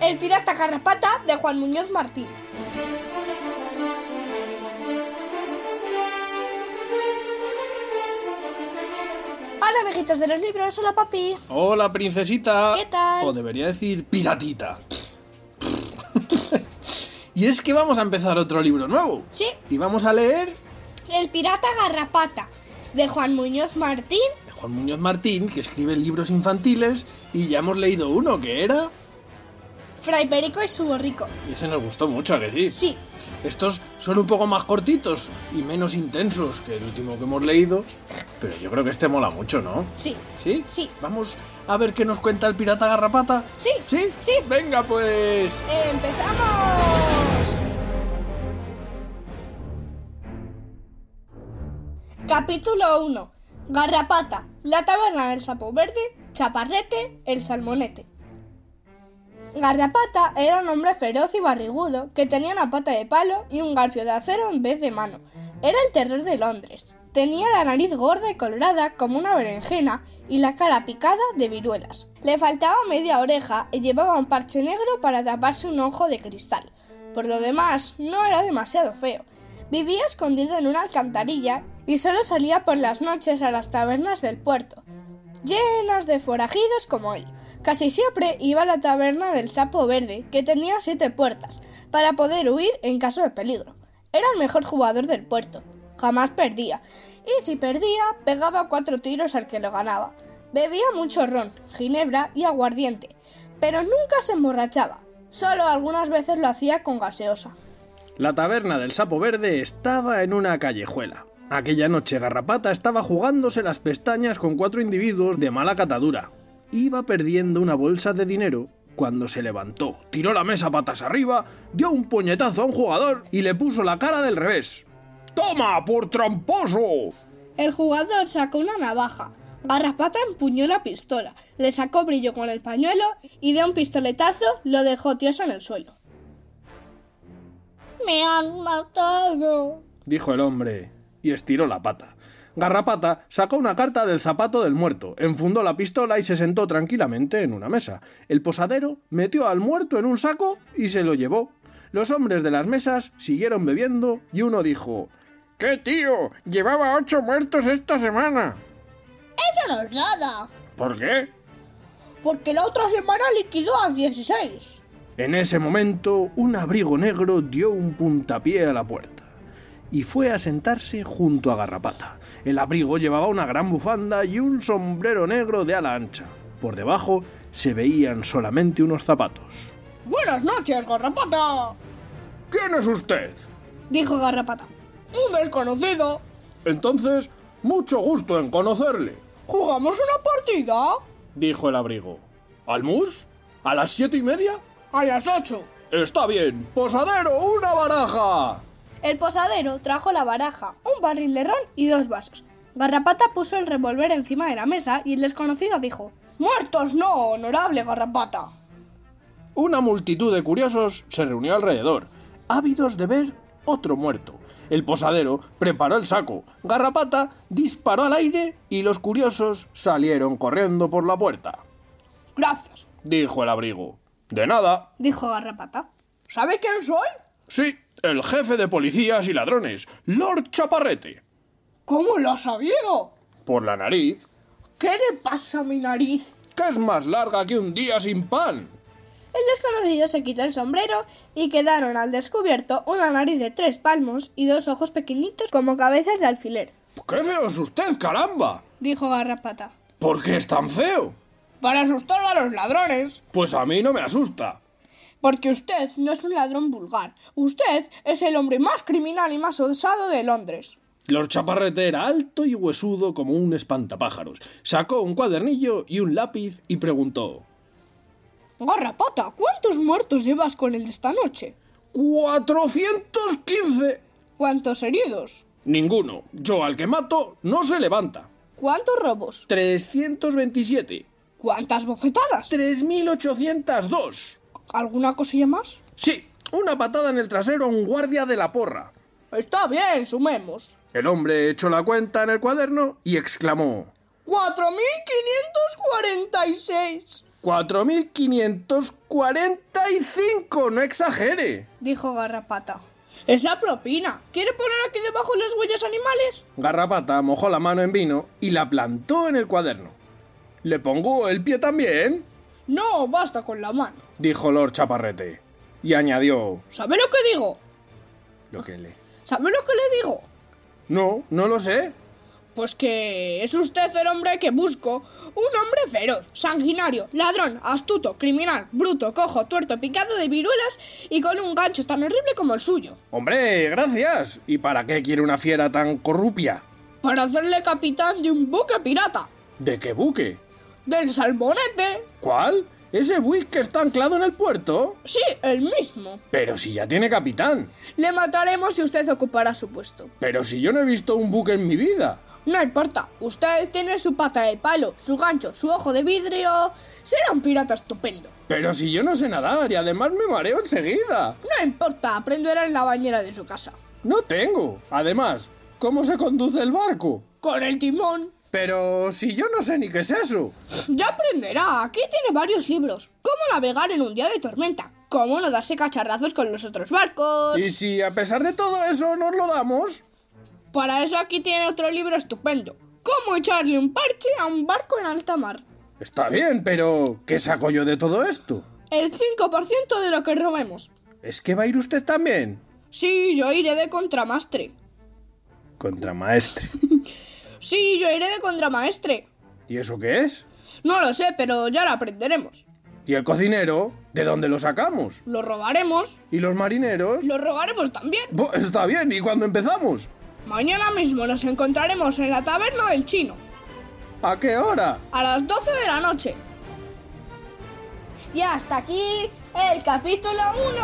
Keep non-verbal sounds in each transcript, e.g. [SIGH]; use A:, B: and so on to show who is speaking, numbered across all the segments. A: El pirata carrapata de Juan Muñoz Martín. Hola, amiguitos de los libros. Hola, papi.
B: Hola, princesita.
A: ¿Qué tal?
B: O debería decir piratita. [LAUGHS] y es que vamos a empezar otro libro nuevo.
A: Sí,
B: Y vamos a leer
A: El pirata garrapata de Juan Muñoz Martín.
B: de Juan Muñoz Martín, que escribe libros infantiles, y ya hemos leído uno que era.
A: Fray Perico y su borrico.
B: Y ese nos gustó mucho, ¿a que sí.
A: Sí,
B: Estos son un poco más cortitos y menos intensos que el último que hemos leído, pero yo creo que este mola mucho, ¿no?
A: sí.
B: ¿Sí?
A: Sí.
B: Vamos a ver qué nos cuenta el pirata garrapata.
A: Sí.
B: ¿Sí?
A: Sí.
B: Venga, pues.
A: ¡Empezamos! Capítulo 1. Garrapata, la taberna del sapo verde, chaparrete, el salmonete. Garrapata era un hombre feroz y barrigudo que tenía una pata de palo y un garfio de acero en vez de mano. Era el terror de Londres. Tenía la nariz gorda y colorada como una berenjena y la cara picada de viruelas. Le faltaba media oreja y llevaba un parche negro para taparse un ojo de cristal. Por lo demás, no era demasiado feo. Vivía escondido en una alcantarilla y solo salía por las noches a las tabernas del puerto llenas de forajidos como él. Casi siempre iba a la taberna del sapo verde, que tenía siete puertas, para poder huir en caso de peligro. Era el mejor jugador del puerto. Jamás perdía. Y si perdía, pegaba cuatro tiros al que lo ganaba. Bebía mucho ron, ginebra y aguardiente, pero nunca se emborrachaba. Solo algunas veces lo hacía con gaseosa.
B: La taberna del sapo verde estaba en una callejuela. Aquella noche Garrapata estaba jugándose las pestañas con cuatro individuos de mala catadura. Iba perdiendo una bolsa de dinero cuando se levantó, tiró la mesa patas arriba, dio un puñetazo a un jugador y le puso la cara del revés. ¡Toma, por tramposo!
A: El jugador sacó una navaja. Garrapata empuñó la pistola, le sacó brillo con el pañuelo y de un pistoletazo lo dejó tieso en el suelo. ¡Me han matado!
B: dijo el hombre, y estiró la pata. Garrapata sacó una carta del zapato del muerto, enfundó la pistola y se sentó tranquilamente en una mesa. El posadero metió al muerto en un saco y se lo llevó. Los hombres de las mesas siguieron bebiendo y uno dijo ¡Qué tío! Llevaba ocho muertos esta semana.
A: ¡Eso no es nada!
B: ¿Por qué?
A: Porque la otra semana liquidó a 16.
B: En ese momento, un abrigo negro dio un puntapié a la puerta y fue a sentarse junto a Garrapata. El abrigo llevaba una gran bufanda y un sombrero negro de ala ancha. Por debajo se veían solamente unos zapatos.
A: ¡Buenas noches, Garrapata!
B: ¿Quién es usted?
A: Dijo Garrapata. Un desconocido.
B: Entonces, mucho gusto en conocerle,
A: ¿Jugamos una partida?
B: dijo el abrigo. ¿Al mus? ¿A las siete y media?
A: A las 8.
B: Está bien, posadero, una baraja.
A: El posadero trajo la baraja, un barril de ron y dos vasos. Garrapata puso el revólver encima de la mesa y el desconocido dijo: ¡Muertos no, honorable Garrapata!
B: Una multitud de curiosos se reunió alrededor, ávidos de ver otro muerto. El posadero preparó el saco, Garrapata disparó al aire y los curiosos salieron corriendo por la puerta.
A: Gracias,
B: Dijo el abrigo. De nada.
A: dijo Garrapata. ¿Sabe quién soy?
B: Sí, el jefe de policías y ladrones, Lord Chaparrete.
A: ¿Cómo lo ha sabido?
B: Por la nariz,
A: ¿Qué le pasa a mi nariz?
B: que es más larga que un día sin pan.
A: El desconocido se quitó el sombrero y quedaron al descubierto una nariz de tres palmos y dos ojos pequeñitos como cabezas de alfiler,
B: ¡Qué feo es usted, caramba!
A: dijo Garrapata.
B: ¿Por qué es tan feo?
A: Para asustar a los ladrones,
B: Pues a mí no me asusta.
A: Porque usted no es un ladrón vulgar. Usted es el hombre más criminal y más osado de Londres.
B: Lord Chaparrete era alto y huesudo como un espantapájaros. Sacó un cuadernillo y un lápiz y preguntó:
A: Garrapata, ¿cuántos muertos llevas con él esta noche?
B: ¡415!
A: ¿Cuántos heridos?
B: Ninguno. Yo al que mato no se levanta.
A: ¿Cuántos robos?
B: 327.
A: ¿Cuántas bofetadas?
B: 3802.
A: ¿Alguna cosilla más?
B: Sí, una patada en el trasero a un guardia de la porra.
A: Está bien, sumemos.
B: El hombre echó la cuenta en el cuaderno y exclamó:
A: ¡4546!
B: ¡4545! ¡No exagere!
A: Dijo Garrapata. Es la propina. ¿Quiere poner aquí debajo las huellas animales?
B: Garrapata mojó la mano en vino y la plantó en el cuaderno. ¿Le pongo el pie también?
A: No, basta con la mano.
B: dijo Lord Chaparrete. Y añadió:
A: ¿Sabe lo que digo?
B: Lo que le.
A: ¿Sabe lo que le digo?
B: No, no lo sé.
A: Pues que es usted el hombre que busco. Un hombre feroz, sanguinario, ladrón, astuto, criminal, bruto, cojo, tuerto, picado de viruelas y con un gancho tan horrible como el suyo.
B: Hombre, gracias. ¿Y para qué quiere una fiera tan corrupia?
A: Para hacerle capitán de un buque pirata.
B: ¿De qué buque?
A: Del salmonete.
B: ¿Cuál? ¿Ese buque que está anclado en el puerto?
A: Sí, el mismo.
B: Pero si ya tiene capitán.
A: Le mataremos si usted ocupará su puesto.
B: Pero si yo no he visto un buque en mi vida.
A: No importa, usted tiene su pata de palo, su gancho, su ojo de vidrio. Será un pirata estupendo.
B: Pero si yo no sé nadar y además me mareo enseguida.
A: No importa, aprenderá en la bañera de su casa.
B: No tengo. Además, ¿cómo se conduce el barco?
A: Con el timón.
B: Pero si yo no sé ni qué es eso.
A: Ya aprenderá. Aquí tiene varios libros. Cómo navegar en un día de tormenta. Cómo no darse cacharrazos con los otros barcos.
B: ¿Y si a pesar de todo eso nos lo damos?
A: Para eso aquí tiene otro libro estupendo. Cómo echarle un parche a un barco en alta mar.
B: Está bien, pero ¿qué saco yo de todo esto?
A: El 5% de lo que robemos.
B: ¿Es que va a ir usted también?
A: Sí, yo iré de contramastre.
B: [LAUGHS] Contramaestre.
A: Sí, yo iré de contramaestre.
B: ¿Y eso qué es?
A: No lo sé, pero ya lo aprenderemos.
B: ¿Y el cocinero? ¿De dónde lo sacamos?
A: Lo robaremos.
B: ¿Y los marineros?
A: Lo robaremos también.
B: Bu- Está bien, ¿y cuándo empezamos?
A: Mañana mismo nos encontraremos en la taberna del chino.
B: ¿A qué hora?
A: a las 12 de la noche. Y hasta aquí el capítulo 1.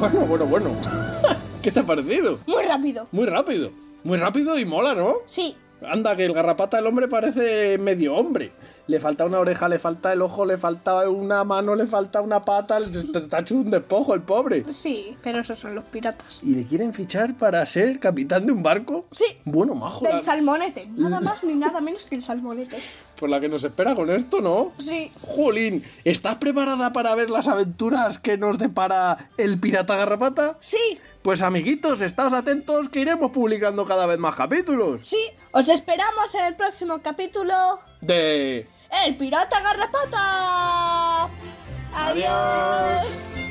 B: Bueno, bueno, bueno. [LAUGHS] ¿Qué te ha parecido?
A: Muy rápido.
B: Muy rápido. Muy rápido y mola, ¿no?
A: Sí,
B: Anda, que el garrapata del hombre parece medio hombre. Le falta una oreja, le falta el ojo, le falta una mano, le falta una pata. le- Está está hecho un despojo el pobre.
A: sí, pero esos son los piratas.
B: ¿Y le quieren fichar para ser capitán de un barco?
A: Sí.
B: Bueno, majo.
A: Del
B: la-
A: salmonete, nada más ni nada menos que el salmonete.
B: Por la que nos espera con esto, ¿no?
A: Sí.
B: Jolín, ¿estás preparada para ver las aventuras que nos depara el pirata garrapata?
A: Sí,
B: Pues amiguitos, estáos atentos que iremos publicando cada vez más capítulos.
A: sí, os esperamos en el próximo capítulo.
B: De...
A: El pirata garrapata. Adiós.